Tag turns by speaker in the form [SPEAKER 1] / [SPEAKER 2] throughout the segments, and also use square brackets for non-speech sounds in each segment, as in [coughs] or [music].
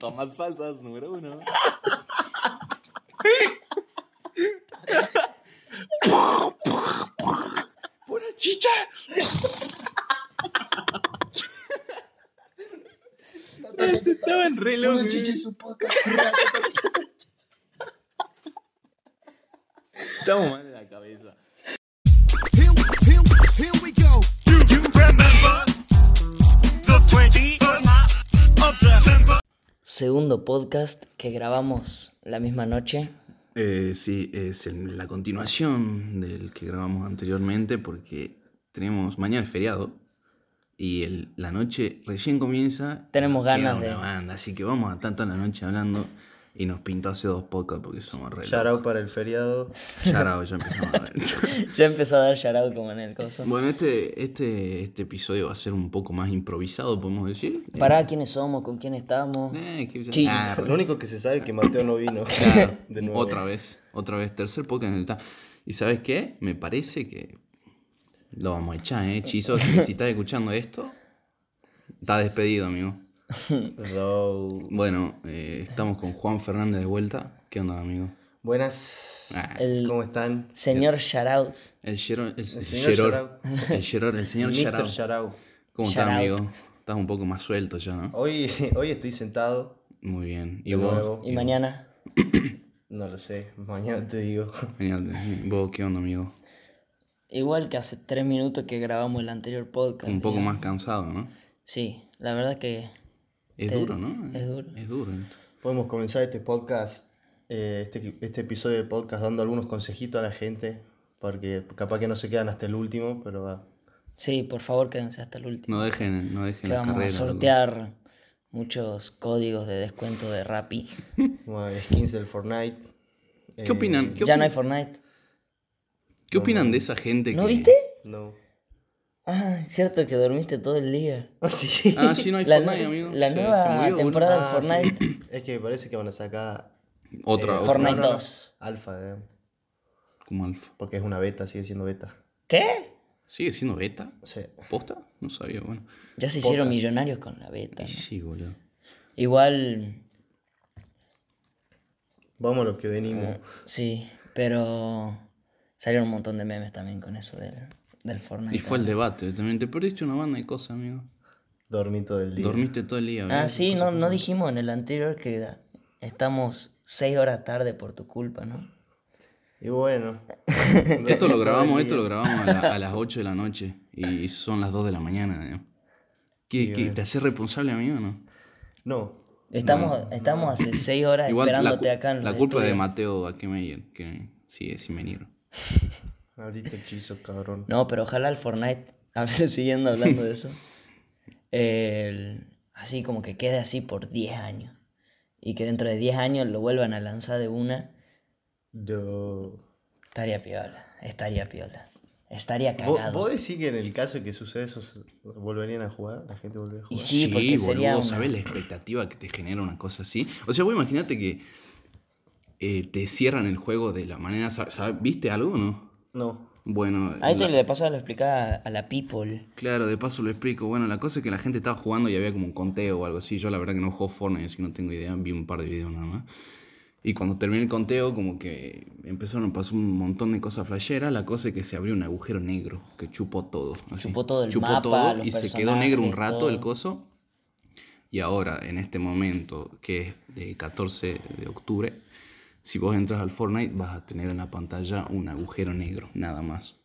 [SPEAKER 1] comas falsas, número [laughs] uno. ¡Pura chicha!
[SPEAKER 2] Estaban re locos.
[SPEAKER 3] Puro chicha y su podcast.
[SPEAKER 1] Estamos mal de la cabeza.
[SPEAKER 4] Here, here, here we go.
[SPEAKER 5] Do you remember the 21st of September?
[SPEAKER 6] Segundo podcast que grabamos la misma noche.
[SPEAKER 2] Eh, sí, es el- la continuación del que grabamos anteriormente porque tenemos mañana el feriado y el- la noche recién comienza.
[SPEAKER 6] Tenemos
[SPEAKER 2] Queda
[SPEAKER 6] ganas
[SPEAKER 2] una
[SPEAKER 6] de-
[SPEAKER 2] banda, así que vamos a tanto en la noche hablando y nos pintó hace dos podcasts porque somos re.
[SPEAKER 1] Shout
[SPEAKER 2] locos.
[SPEAKER 1] out para el feriado.
[SPEAKER 2] Shout out, ya empezamos a ver.
[SPEAKER 6] [laughs] Ya empezó a dar yarao como en el coso.
[SPEAKER 2] Bueno, este, este, este episodio va a ser un poco más improvisado, podemos decir. Eh,
[SPEAKER 6] Pará, ¿quiénes somos? ¿Con quién estamos?
[SPEAKER 2] eh, que ya-
[SPEAKER 6] Sí.
[SPEAKER 2] Ah, re-
[SPEAKER 1] Lo único que se sabe es que Mateo no vino. [laughs]
[SPEAKER 2] Claro,
[SPEAKER 1] de nuevo.
[SPEAKER 2] Otra vez, otra vez, tercer podcast en el ta- ¿Y sabes qué? Me parece que lo vamos a echar, ¿eh? Chizo,
[SPEAKER 1] [laughs]
[SPEAKER 2] si si estás escuchando esto, está despedido, amigo.
[SPEAKER 1] So,
[SPEAKER 2] Bueno, eh, estamos con Juan Fernández de vuelta. ¿Qué onda, amigo?
[SPEAKER 1] buenas.
[SPEAKER 2] Ah,
[SPEAKER 6] El
[SPEAKER 1] ¿Cómo están?
[SPEAKER 6] señor yarao.
[SPEAKER 2] el Geror, el, el
[SPEAKER 1] señor
[SPEAKER 2] Geror-
[SPEAKER 1] Yarao.
[SPEAKER 2] el Geror, el señor
[SPEAKER 1] Mr.
[SPEAKER 2] Yarao.
[SPEAKER 1] Sharau.
[SPEAKER 2] ¿Cómo estás,
[SPEAKER 6] Yarao.
[SPEAKER 2] amigo? Estás un poco más suelto ya, ¿no?
[SPEAKER 1] Hoy, [laughs] hoy estoy sentado.
[SPEAKER 2] Muy bien. ¿Y
[SPEAKER 1] De
[SPEAKER 2] vos?
[SPEAKER 1] nuevo.
[SPEAKER 6] Y mañana.
[SPEAKER 1] No lo sé. Mañana te digo. [laughs]
[SPEAKER 2] Genial. ¿Vos qué onda, amigo?
[SPEAKER 6] Igual que hace tres minutos que grabamos el anterior podcast.
[SPEAKER 2] Un poco
[SPEAKER 6] digamos.
[SPEAKER 2] más cansado, ¿no?
[SPEAKER 6] Sí, la verdad que
[SPEAKER 2] Es
[SPEAKER 6] Te-
[SPEAKER 2] duro, ¿no?
[SPEAKER 6] es duro.
[SPEAKER 2] Es duro esto.
[SPEAKER 1] Podemos comenzar este podcast, eh, este, este episodio del podcast, dando algunos consejitos a la gente. Porque capaz que no se quedan hasta el último, pero va.
[SPEAKER 6] sí, por favor quédense hasta el último.
[SPEAKER 2] No dejen, no dejen
[SPEAKER 6] que
[SPEAKER 2] la
[SPEAKER 6] vamos
[SPEAKER 2] carrera.
[SPEAKER 6] a
[SPEAKER 2] loco.
[SPEAKER 6] sortear muchos códigos de descuento de Rappi.
[SPEAKER 1] Bueno, skins del Fortnite.
[SPEAKER 2] ¿Qué opinan? ¿Qué,
[SPEAKER 6] Ya no
[SPEAKER 2] opin-
[SPEAKER 6] hay Fortnite.
[SPEAKER 2] qué opinan de esa gente
[SPEAKER 6] ¿No
[SPEAKER 2] que-
[SPEAKER 6] viste?
[SPEAKER 1] Eh, No.
[SPEAKER 6] Ah, cierto que dormiste todo el día.
[SPEAKER 1] Sí.
[SPEAKER 2] Ah, sí, no
[SPEAKER 6] [laughs]
[SPEAKER 2] hay
[SPEAKER 6] La,
[SPEAKER 2] Fortnite,
[SPEAKER 6] nue-
[SPEAKER 2] amigo.
[SPEAKER 6] la
[SPEAKER 2] Se- se
[SPEAKER 6] nueva
[SPEAKER 2] murió, boludo.
[SPEAKER 6] temporada
[SPEAKER 1] Ah,
[SPEAKER 6] de Fortnite.
[SPEAKER 1] Es que me parece que van a sacar. eh,
[SPEAKER 2] Otra, otra,
[SPEAKER 6] Fortnite
[SPEAKER 1] no, no, no,
[SPEAKER 6] 2.
[SPEAKER 1] Alfa, digamos,
[SPEAKER 2] como alfa.
[SPEAKER 1] eh, Porque es una beta, sigue siendo beta.
[SPEAKER 6] ¿Qué?
[SPEAKER 2] ¿Sigue siendo beta?
[SPEAKER 1] Sí.
[SPEAKER 2] ¿Posta? No sabía, bueno.
[SPEAKER 6] Ya se hicieron
[SPEAKER 1] Podcast.
[SPEAKER 6] millonarios con la beta.
[SPEAKER 2] Y
[SPEAKER 6] ¿no?
[SPEAKER 2] Sí, boludo.
[SPEAKER 6] Igual,
[SPEAKER 1] Vamos a lo que
[SPEAKER 6] Eh.
[SPEAKER 1] venimos.
[SPEAKER 6] sí, pero salieron un montón de memes también con eso del, del Fortnite.
[SPEAKER 2] Y fue el debate también. Te perdiste una banda de cosas, amigo.
[SPEAKER 1] Dormí todo el día.
[SPEAKER 2] Dormiste todo el día, boludo.
[SPEAKER 6] Ah, sí, no, no dijimos en el anterior que estamos seis horas tarde por tu culpa, ¿no?
[SPEAKER 1] Y
[SPEAKER 6] [laughs]
[SPEAKER 1] bueno.
[SPEAKER 2] Esto lo
[SPEAKER 1] Dormí todo
[SPEAKER 2] grabamos,
[SPEAKER 1] el
[SPEAKER 2] esto
[SPEAKER 1] día.
[SPEAKER 2] lo grabamos a, la- a las 8 de la noche. Y son las 2 de la mañana, eh. ¿Qué,
[SPEAKER 1] Sí,
[SPEAKER 2] qué-
[SPEAKER 1] bueno.
[SPEAKER 2] ¿Te haces responsable, amigo, o no?
[SPEAKER 1] No.
[SPEAKER 6] Estamos, estamos hace seis horas
[SPEAKER 2] Igual la,
[SPEAKER 6] esperándote
[SPEAKER 2] cu-
[SPEAKER 6] acá en los
[SPEAKER 2] la culpa es de
[SPEAKER 6] estudios.
[SPEAKER 2] Mateo Baquemeyer, que sigue sin venir.
[SPEAKER 1] Maldito hechizo, cabrón.
[SPEAKER 6] No, pero ojalá el Fortnite, [laughs] a ver, siguiendo hablando de eso, el- así como que quede así por 10 años. Y que dentro de 10 años lo vuelvan a lanzar de una.
[SPEAKER 1] Yo-
[SPEAKER 6] Estaría piola, estaría piola. Estaría
[SPEAKER 1] ¿Vos,
[SPEAKER 6] cagado.
[SPEAKER 1] vos decís que en el caso que suceda eso, se- volverían a jugar? ¿La gente volvería a
[SPEAKER 6] Y
[SPEAKER 1] jugar?
[SPEAKER 6] sí, porque sería una-
[SPEAKER 2] ¿sabes la expectativa que te genera una cosa así? O sea, vos imaginate que eh, te cierran el juego de la manera... sa- sa- ¿Viste algo o no?
[SPEAKER 1] No.
[SPEAKER 2] Bueno,
[SPEAKER 6] Ahí te
[SPEAKER 2] la-
[SPEAKER 6] de paso este lo explicaba a la people.
[SPEAKER 2] claro, de paso lo explico. Bueno, la cosa es que la gente estaba jugando y había como un conteo o algo así. Yo la verdad que no juego Fortnite, así que no tengo idea. Vi un par de videos nada más. Y cuando terminé el conteo, como que empezaron, pasó un montón de cosas flasheras. La cosa es que se abrió un agujero negro que chupó todo. así.
[SPEAKER 6] Chupó todo el mapa, los
[SPEAKER 2] y se quedó negro un
[SPEAKER 6] personajes,
[SPEAKER 2] rato el
[SPEAKER 6] todo.
[SPEAKER 2] coso. Y ahora, en este momento, que es de 14 de octubre, si vos entras al Fortnite, vas a tener en la pantalla un agujero negro, nada más.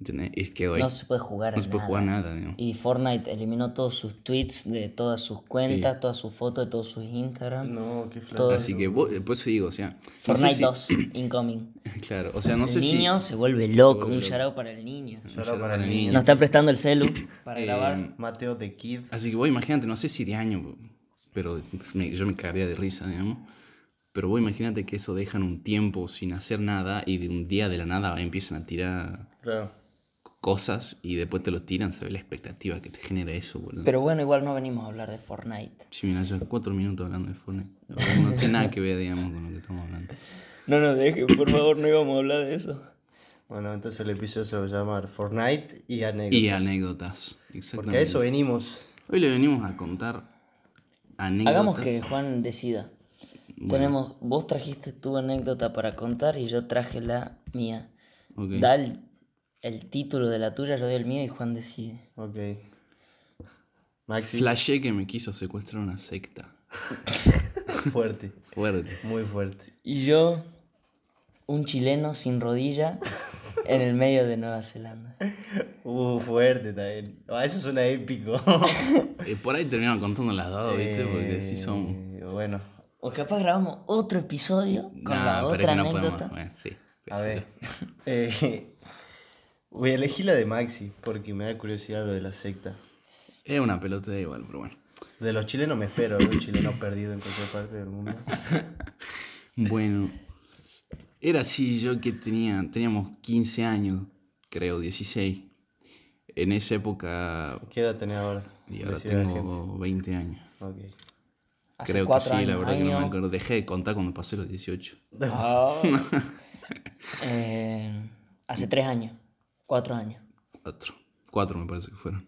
[SPEAKER 2] ¿Entendés? Y quedó ahí.
[SPEAKER 6] No se puede jugar
[SPEAKER 2] No se puede
[SPEAKER 6] nada.
[SPEAKER 2] jugar nada, digamos.
[SPEAKER 6] Y Fortnite eliminó todos sus tweets de todas sus cuentas, todas sus fotos de todos sus Instagram.
[SPEAKER 1] No, qué flaco.
[SPEAKER 6] Todo.
[SPEAKER 2] Así que, vos, por eso digo, o sea. no sé
[SPEAKER 6] Fortnite
[SPEAKER 2] si- [coughs]
[SPEAKER 6] 2, incoming.
[SPEAKER 2] [laughs] Claro, o sea, no sé
[SPEAKER 6] el
[SPEAKER 2] si.
[SPEAKER 6] niño se vuelve loco,
[SPEAKER 2] vuelve
[SPEAKER 6] un
[SPEAKER 2] loco.
[SPEAKER 6] shoutout para el niño.
[SPEAKER 1] Solo para el niño.
[SPEAKER 6] Nos está prestando el
[SPEAKER 2] [coughs]
[SPEAKER 6] celu para
[SPEAKER 2] Eh,
[SPEAKER 6] grabar.
[SPEAKER 1] Mateo de Kid.
[SPEAKER 2] Así que vos imagínate, no sé si de año, pero pues, me- yo me cagaría de risa, digamos. Pero vos imagínate que eso dejan un tiempo sin hacer nada y de un día de la nada empiezan a tirar
[SPEAKER 1] Claro.
[SPEAKER 2] cosas y después te lo tiran, sabes la expectativa que te genera eso, boludo.
[SPEAKER 6] Pero bueno, igual no venimos a hablar de Fortnite.
[SPEAKER 2] Sí, mira, ya cuatro minutos hablando de Fortnite. La verdad que No tiene nada que ver, digamos, con lo que estamos hablando.
[SPEAKER 6] No nos dejes, por favor, no íbamos a hablar de eso.
[SPEAKER 1] Bueno, entonces el episodio se va a llamar Fortnite y anécdotas.
[SPEAKER 2] Y anécdotas, exactamente.
[SPEAKER 1] Porque a eso venimos.
[SPEAKER 2] Hoy le venimos a contar anécdotas.
[SPEAKER 6] Hagamos que Juan decida. Tenemos, vos trajiste tu anécdota para contar y yo traje la mía.
[SPEAKER 2] Ok.
[SPEAKER 6] Da el, el título de la tuya, yo doy el mío y Juan decide.
[SPEAKER 1] Ok. Maxi,
[SPEAKER 2] Flashé que me quiso secuestrar una secta.
[SPEAKER 1] fuerte.
[SPEAKER 2] [laughs] Fuerte.
[SPEAKER 1] Muy fuerte.
[SPEAKER 6] Y yo, un chileno sin
[SPEAKER 2] [laughs]
[SPEAKER 6] rodilla en el medio de Nueva Zelanda.
[SPEAKER 1] Uh, fuerte también. Ah, eso suena
[SPEAKER 2] [laughs]
[SPEAKER 1] épico.
[SPEAKER 2] Eh, por ahí terminaron contando las dos, Oh, ¿viste? Porque sí son.
[SPEAKER 1] Eh, Bueno,
[SPEAKER 6] O capaz grabamos otro episodio con
[SPEAKER 2] Nah,
[SPEAKER 6] la
[SPEAKER 2] pero es
[SPEAKER 6] otra
[SPEAKER 2] que no podemos, eh.
[SPEAKER 6] anécdota.
[SPEAKER 2] bueno, sí.
[SPEAKER 1] a
[SPEAKER 2] pues Sí,
[SPEAKER 1] ver. [laughs]
[SPEAKER 2] sí.
[SPEAKER 1] Eh, voy a elegir la de Maxi porque me da curiosidad lo de la secta.
[SPEAKER 2] Es una pelota de igual, pero bueno.
[SPEAKER 1] De los chilenos me espero, ¿eh? un
[SPEAKER 2] [coughs]
[SPEAKER 1] chileno perdido en cualquier parte del mundo.
[SPEAKER 2] Bueno, era así yo que tenía, teníamos 15 años, creo, 16. En esa época,
[SPEAKER 1] ¿Qué edad tenés ahora?
[SPEAKER 2] y ahora
[SPEAKER 1] Decirle a la
[SPEAKER 2] tengo 20 años. [laughs]
[SPEAKER 1] gente. Ok.
[SPEAKER 6] Hace
[SPEAKER 2] creo que sí,
[SPEAKER 6] cuatro años.
[SPEAKER 2] la verdad que no me
[SPEAKER 6] años.
[SPEAKER 2] acuerdo. Dejé de contar cuando pasé los 18. [laughs]
[SPEAKER 6] Ah. Eh, hace tres años. Cuatro años.
[SPEAKER 2] Cuatro. Cuatro me parece que fueron.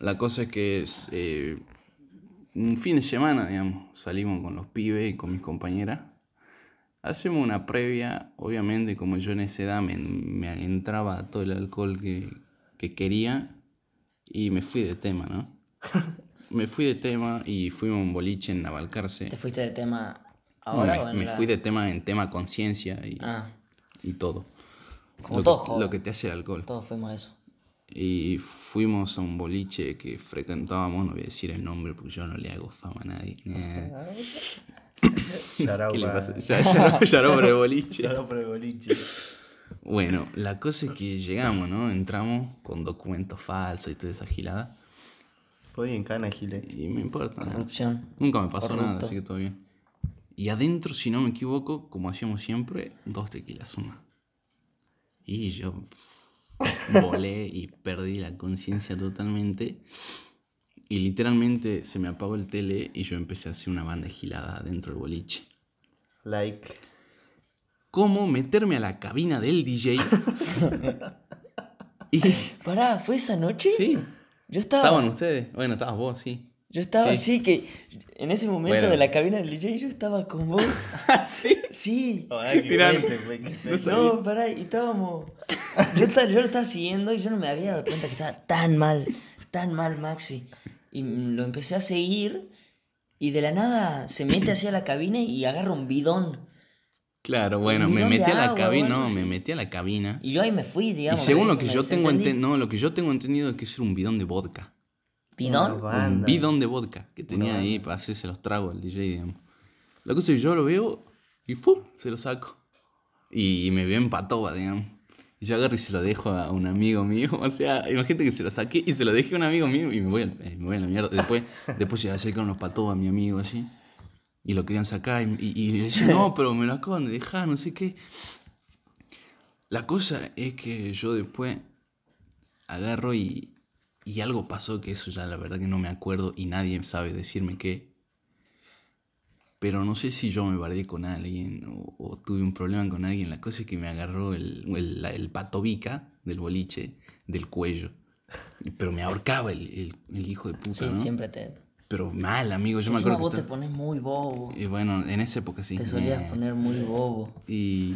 [SPEAKER 2] La cosa es que es, eh, un fin de semana, digamos, salimos con los pibes y con mis compañeras. Hacemos una previa, obviamente, como yo en esa edad me, me entraba todo el alcohol que, que quería y me fui de tema,
[SPEAKER 6] [laughs]
[SPEAKER 2] ¿no? me fui de tema y fuimos a un boliche en Navalcarce.
[SPEAKER 6] ¿Te fuiste de tema
[SPEAKER 2] No,
[SPEAKER 6] ahora
[SPEAKER 2] me,
[SPEAKER 6] o en
[SPEAKER 2] me
[SPEAKER 6] la-
[SPEAKER 2] fui de tema en tema conciencia y,
[SPEAKER 6] Ah,
[SPEAKER 2] y todo.
[SPEAKER 6] Como
[SPEAKER 2] lo,
[SPEAKER 6] todo
[SPEAKER 2] que,
[SPEAKER 6] joven.
[SPEAKER 2] lo que te hace el alcohol.
[SPEAKER 6] todos fuimos a eso.
[SPEAKER 2] Y fuimos a un boliche que frecuentábamos, no voy a decir el nombre porque yo no le hago fama a nadie. Nah.
[SPEAKER 1] Shout out
[SPEAKER 2] ¿Qué le
[SPEAKER 1] para-
[SPEAKER 2] pasa? Ya, ya, ya nombré el
[SPEAKER 1] [laughs]
[SPEAKER 2] boliche.
[SPEAKER 1] shout out para el boliche.
[SPEAKER 2] Bueno, la cosa es que llegamos, ¿no? Entramos con documentos falsos y toda esa gilada.
[SPEAKER 1] Podía en cana, Gile.
[SPEAKER 2] Y me importa. ¿no?
[SPEAKER 6] Corrupción.
[SPEAKER 2] Nunca me pasó nada,
[SPEAKER 6] Corrupto.
[SPEAKER 2] así que todo bien. Y adentro, si no me equivoco, como hacíamos siempre, dos tequilas una. Y yo pff, volé y perdí la conciencia totalmente. Y literalmente se me apagó el tele y yo empecé a hacer una banda de gilada dentro del boliche.
[SPEAKER 1] Like.
[SPEAKER 2] ¿Cómo meterme a la cabina del DJ?
[SPEAKER 6] [laughs]
[SPEAKER 2] y,
[SPEAKER 6] Pará, ¿fue esa noche?
[SPEAKER 2] sí,
[SPEAKER 6] Yo estaba.
[SPEAKER 2] estaban ustedes. Bueno, estabas vos, sí.
[SPEAKER 6] Yo estaba
[SPEAKER 2] Sí.
[SPEAKER 6] así que en ese momento
[SPEAKER 2] Bueno. ¿Ah,
[SPEAKER 6] de la cabina del DJ yo estaba con
[SPEAKER 2] [laughs]
[SPEAKER 6] vos.
[SPEAKER 2] ¿Sí? Oh,
[SPEAKER 6] Sí.
[SPEAKER 2] Mirá,
[SPEAKER 6] No, pará, y estábamos. Yo, esta- yo lo estaba siguiendo y yo no me había dado cuenta que estaba tan mal, tan mal Maxi. Y lo empecé a seguir y de la nada se mete hacia la cabina y agarra un bidón.
[SPEAKER 2] Claro, bueno,
[SPEAKER 6] bidón
[SPEAKER 2] me
[SPEAKER 6] de
[SPEAKER 2] metí a la
[SPEAKER 6] agua o
[SPEAKER 2] cabina,
[SPEAKER 6] algo
[SPEAKER 2] no, me
[SPEAKER 6] así.
[SPEAKER 2] metí a la cabina.
[SPEAKER 6] Y yo ahí me fui, digamos.
[SPEAKER 2] y según
[SPEAKER 6] me-
[SPEAKER 2] lo que
[SPEAKER 6] me
[SPEAKER 2] yo tengo
[SPEAKER 6] desentendí.
[SPEAKER 2] entendido, no, lo que yo tengo entendido es que eso era un bidón de vodka.
[SPEAKER 6] ¿Bidón?
[SPEAKER 2] Un bidón de vodka que tenía ahí para hacerse los tragos al DJ, digamos. La cosa es que yo lo veo y ¡pum! se lo saco. Y me veo en patoba, digamos. Y yo agarro y se lo dejo a un amigo mío. [laughs] O sea, imagínate que se lo saqué y se lo dejé a un amigo mío y me voy, al- eh, me voy a la mierda. Después, después se acercaron unos patobas a mi amigo así. Y lo querían sacar y, y, y le decía, no, pero me lo acaban de dejar, no sé qué. La cosa es que yo después agarro y, y algo pasó que eso ya la verdad que no me acuerdo y nadie sabe decirme qué. Pero no sé si yo me bardeé con alguien o, o tuve un problema con alguien. La cosa es que me agarró el, el, la- el patobica del boliche del cuello. Pero me ahorcaba el, el- el hijo de puta,
[SPEAKER 6] Sí,
[SPEAKER 2] ¿no?
[SPEAKER 6] siempre te.
[SPEAKER 2] Pero mal, amigo. Yo me
[SPEAKER 6] Encima
[SPEAKER 2] acuerdo que
[SPEAKER 6] vos te
[SPEAKER 2] estaba-
[SPEAKER 6] pones muy bobo.
[SPEAKER 2] y bueno, en esa época sí.
[SPEAKER 6] Te solías
[SPEAKER 2] Eh,
[SPEAKER 6] poner muy bobo.
[SPEAKER 2] Y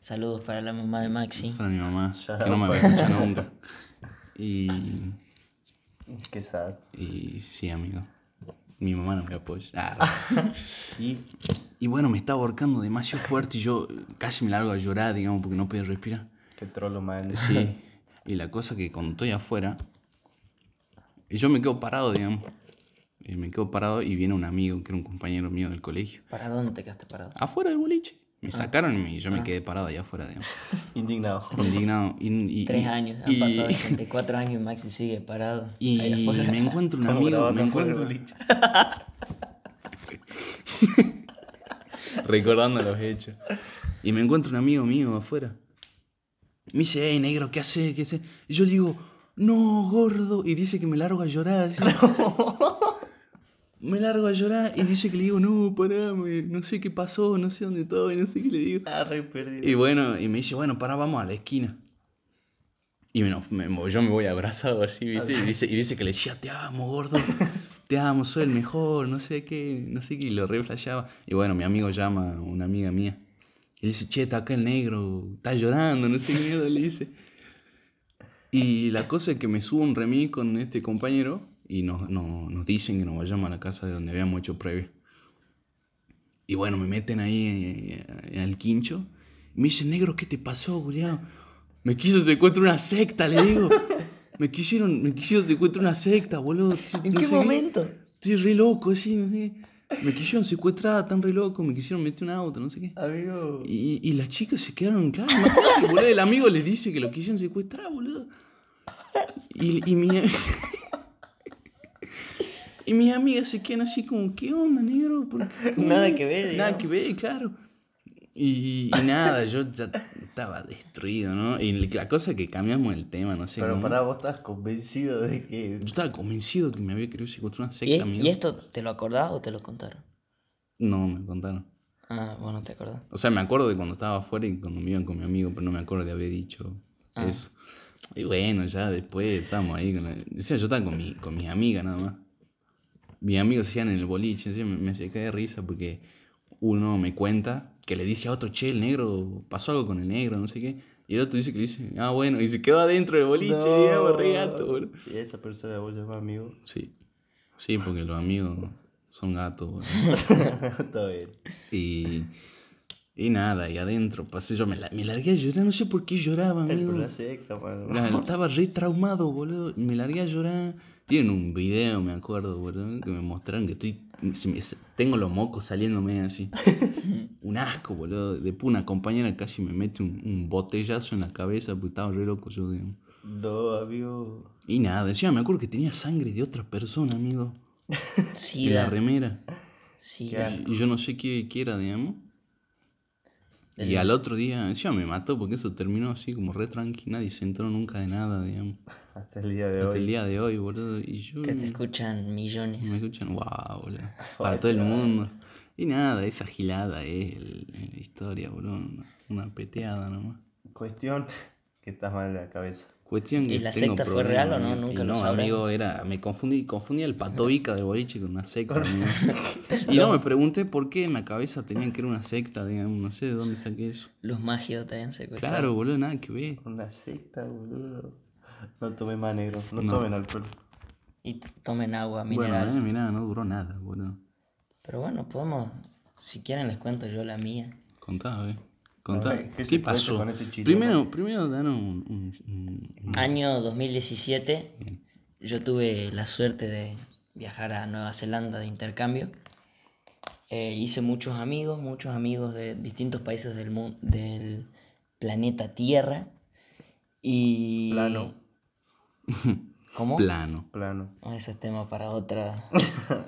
[SPEAKER 6] Saludos para la mamá de Maxi.
[SPEAKER 2] para mi mamá, que no me va a escuchar
[SPEAKER 6] [laughs]
[SPEAKER 2] nunca. Y,
[SPEAKER 1] Qué sad.
[SPEAKER 2] y sí, amigo. Mi mamá no me apoya. Ah.
[SPEAKER 1] Y
[SPEAKER 2] y bueno, me estaba ahorcando demasiado fuerte y yo casi me largo a llorar, digamos, porque no podía respirar.
[SPEAKER 1] qué trolo man.
[SPEAKER 6] [laughs]
[SPEAKER 2] Sí. Y la cosa que cuando estoy afuera, y yo me quedo parado, digamos. Y me quedo parado y viene un amigo, que era un compañero mío del colegio.
[SPEAKER 6] ¿Para dónde te quedaste parado?
[SPEAKER 2] Afuera del boliche.
[SPEAKER 6] Ah.
[SPEAKER 2] Me sacaron y yo me quedé parado allá afuera, digamos. [laughs]
[SPEAKER 1] Indignado.
[SPEAKER 2] Indignado. Y, y-
[SPEAKER 6] Tres
[SPEAKER 2] y-
[SPEAKER 6] años, han
[SPEAKER 2] y- [laughs]
[SPEAKER 6] pasado 84 años y Maxi sigue parado.
[SPEAKER 2] Y
[SPEAKER 6] ahí
[SPEAKER 2] [laughs]
[SPEAKER 6] afuera.
[SPEAKER 2] me encuentro un
[SPEAKER 1] Estamos
[SPEAKER 2] amigo,
[SPEAKER 1] grabando
[SPEAKER 2] me
[SPEAKER 1] fuera del
[SPEAKER 2] encuentro [laughs] recordando los hechos. Y me encuentro un amigo mío afuera. Me dice, hey negro, ¿qué haces? ¿Qué haces? Y yo le digo, no, gordo. Y dice que me largo a llorar. así. me largo a llorar y dice que le digo, no, pará, me- no sé qué pasó, no sé dónde estoy, no sé qué le digo.
[SPEAKER 1] Ah, re perdido.
[SPEAKER 2] Y bueno, y me dice, bueno, pará, vamos a la esquina. Y bueno, me- yo me voy abrazado así, ¿viste? Y dice, y dice que le decía, te amo, gordo. te amo, soy el mejor, no sé qué, no sé qué, y lo reflejaba. Y bueno, mi amigo llama a una amiga mía. Y dice, che, está acá el negro, está llorando, no sé qué mierda le dice. Y la cosa es que me subo un remis con este compañero y nos, no- nos dicen que nos vayamos a la casa de donde habíamos hecho previo. Y bueno, me meten ahí eh, al quincho. Y me dicen, negro, ¿qué te pasó, Julián? Me quiso secuestrar una secta, le
[SPEAKER 6] [laughs]
[SPEAKER 2] digo. Me quisieron, me quisieron secuestrar una secta, boludo.
[SPEAKER 6] ¿En
[SPEAKER 2] No
[SPEAKER 6] qué
[SPEAKER 2] sé
[SPEAKER 6] momento?
[SPEAKER 2] Estoy re loco, así, no sé. Me quisieron secuestrar, tan re loco, me quisieron meter un auto, no sé qué.
[SPEAKER 6] Amigo.
[SPEAKER 2] Y, y las chicas se quedaron, claro, no, porque, boludo, el amigo les dice que lo quisieron secuestrar, boludo. Y, y mi... [laughs] Y mis amigas se quedan así como, ¿qué onda, negro? ¿Por qué? ¿Cómo?
[SPEAKER 6] Nada que ver,
[SPEAKER 2] Nada
[SPEAKER 6] digamos.
[SPEAKER 2] que ver, claro. Y, y nada, yo ya estaba destruido, ¿no? Y la cosa es que cambiamos el tema, no sé
[SPEAKER 1] Pero
[SPEAKER 2] cómo.
[SPEAKER 1] pará, vos estás convencido de que.
[SPEAKER 2] Yo estaba convencido que me había querido secuestrar una
[SPEAKER 6] ¿Y,
[SPEAKER 2] secta,
[SPEAKER 6] es-
[SPEAKER 2] amigo.
[SPEAKER 6] y esto te lo acordás o te lo contaron?
[SPEAKER 2] No, me contaron.
[SPEAKER 6] Ah, bueno, te acordás.
[SPEAKER 2] O sea, me acuerdo de cuando estaba afuera y cuando me iban con mi amigo, pero no me acuerdo de haber dicho eso. Y bueno, ya después estábamos ahí. Con la... Decía, yo estaba con, mi, con mis amigas nada más. Mis amigos hacían en el boliche, así, me, me saqué de risa porque uno me cuenta que le dice a otro, che, el negro, pasó algo con el negro, no sé qué. Y el otro dice que le dice, ah, bueno, y se quedó adentro del boliche, digamos, re gato, boludo.
[SPEAKER 1] Y esa persona vos llamás amigo. [laughs]
[SPEAKER 2] Sí, sí, porque los amigos son gatos, boludo.
[SPEAKER 1] Está bien.
[SPEAKER 2] Y, y nada, y adentro pasé yo, me, la- me largué a llorar, no sé por qué lloraba,
[SPEAKER 1] Es
[SPEAKER 2] amigo.
[SPEAKER 1] una secta, mano.
[SPEAKER 2] [laughs] La- estaba re traumado, boludo. y Me largué a llorar. Tienen un video, me acuerdo, boludo, que me mostraron que estoy. se me- se- tengo los mocos saliéndome [laughs] así. un asco, boludo. Después una compañera casi me mete un, un botellazo en la cabeza porque estaba re loco yo, digamos.
[SPEAKER 1] No, amigo.
[SPEAKER 2] Y nada, encima me acuerdo que tenía sangre de otra persona, amigo. Y
[SPEAKER 6] Sida.
[SPEAKER 2] la remera.
[SPEAKER 6] Sida.
[SPEAKER 2] Y yo no sé qué, qué era, digamos. Y al otro día, encima me mató porque eso terminó así como re tranqui, nadie se entró nunca de nada, digamos.
[SPEAKER 1] Hasta el día de
[SPEAKER 2] Hasta el
[SPEAKER 1] hoy.
[SPEAKER 2] día de hoy, boludo. Y yo
[SPEAKER 6] Que te escuchan millones.
[SPEAKER 2] me escuchan,
[SPEAKER 6] [laughs]
[SPEAKER 2] wow, boludo. Para todo el mundo. Y nada, esa gilada es el- la historia, boludo. Una, una peteada nomás.
[SPEAKER 1] Cuestión que estás mal de la cabeza.
[SPEAKER 2] Cuestión que
[SPEAKER 6] ¿Y la
[SPEAKER 2] tengo
[SPEAKER 6] secta fue real o no?
[SPEAKER 2] amigo. Y
[SPEAKER 6] Nunca lo
[SPEAKER 2] no, amigo,
[SPEAKER 6] sabremos.
[SPEAKER 2] era, me confundí, confundí el patovica del boliche con una secta.
[SPEAKER 6] [laughs]
[SPEAKER 2] amigo. y no, me pregunté por qué en la cabeza tenían que era una secta, digamos, no sé de dónde saqué eso.
[SPEAKER 6] Los magios también secuestraron.
[SPEAKER 2] Claro, boludo, nada que ver.
[SPEAKER 1] Una secta, boludo. No tomen más negro. No, tomen alcohol.
[SPEAKER 6] Y t- tomen agua
[SPEAKER 2] Bueno,
[SPEAKER 6] mineral.
[SPEAKER 2] eh, mirá, no duró nada, boludo.
[SPEAKER 6] Pero bueno, podemos. Si quieren, les cuento yo la mía.
[SPEAKER 2] Contá, eh. Contá.
[SPEAKER 1] ver, ¿qué
[SPEAKER 2] ¿Qué,
[SPEAKER 1] se puede
[SPEAKER 2] pasó?
[SPEAKER 1] con ese chileno?
[SPEAKER 2] Primero, primero danos un, un- un-
[SPEAKER 6] Año 2017, yo tuve la suerte de viajar a Nueva Zelanda de intercambio. Eh, hice muchos amigos, muchos amigos de distintos países del, mun- del planeta Tierra. Y...
[SPEAKER 1] Plano.
[SPEAKER 6] ¿Cómo?
[SPEAKER 2] plano.
[SPEAKER 1] Plano. [laughs]
[SPEAKER 6] No, Ese es tema para otra.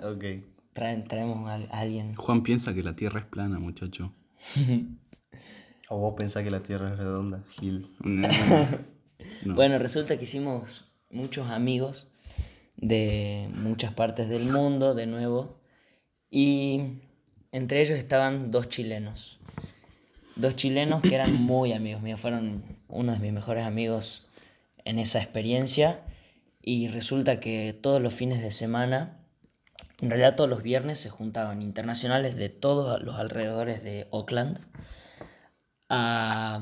[SPEAKER 1] ok.
[SPEAKER 6] Traen, traemos a, a alguien.
[SPEAKER 2] Juan piensa que la Tierra es plana, muchacho.
[SPEAKER 1] O vos pensás que la tierra es redonda,
[SPEAKER 2] [laughs]
[SPEAKER 1] Gil.
[SPEAKER 6] Bueno, resulta que hicimos muchos amigos de muchas partes del mundo, de nuevo. Y entre ellos estaban dos chilenos. Dos chilenos que eran muy amigos míos, fueron uno de mis mejores amigos en esa experiencia. Y resulta que todos los fines de semana, en realidad todos los viernes, se juntaban internacionales de todos los alrededores de Oakland a,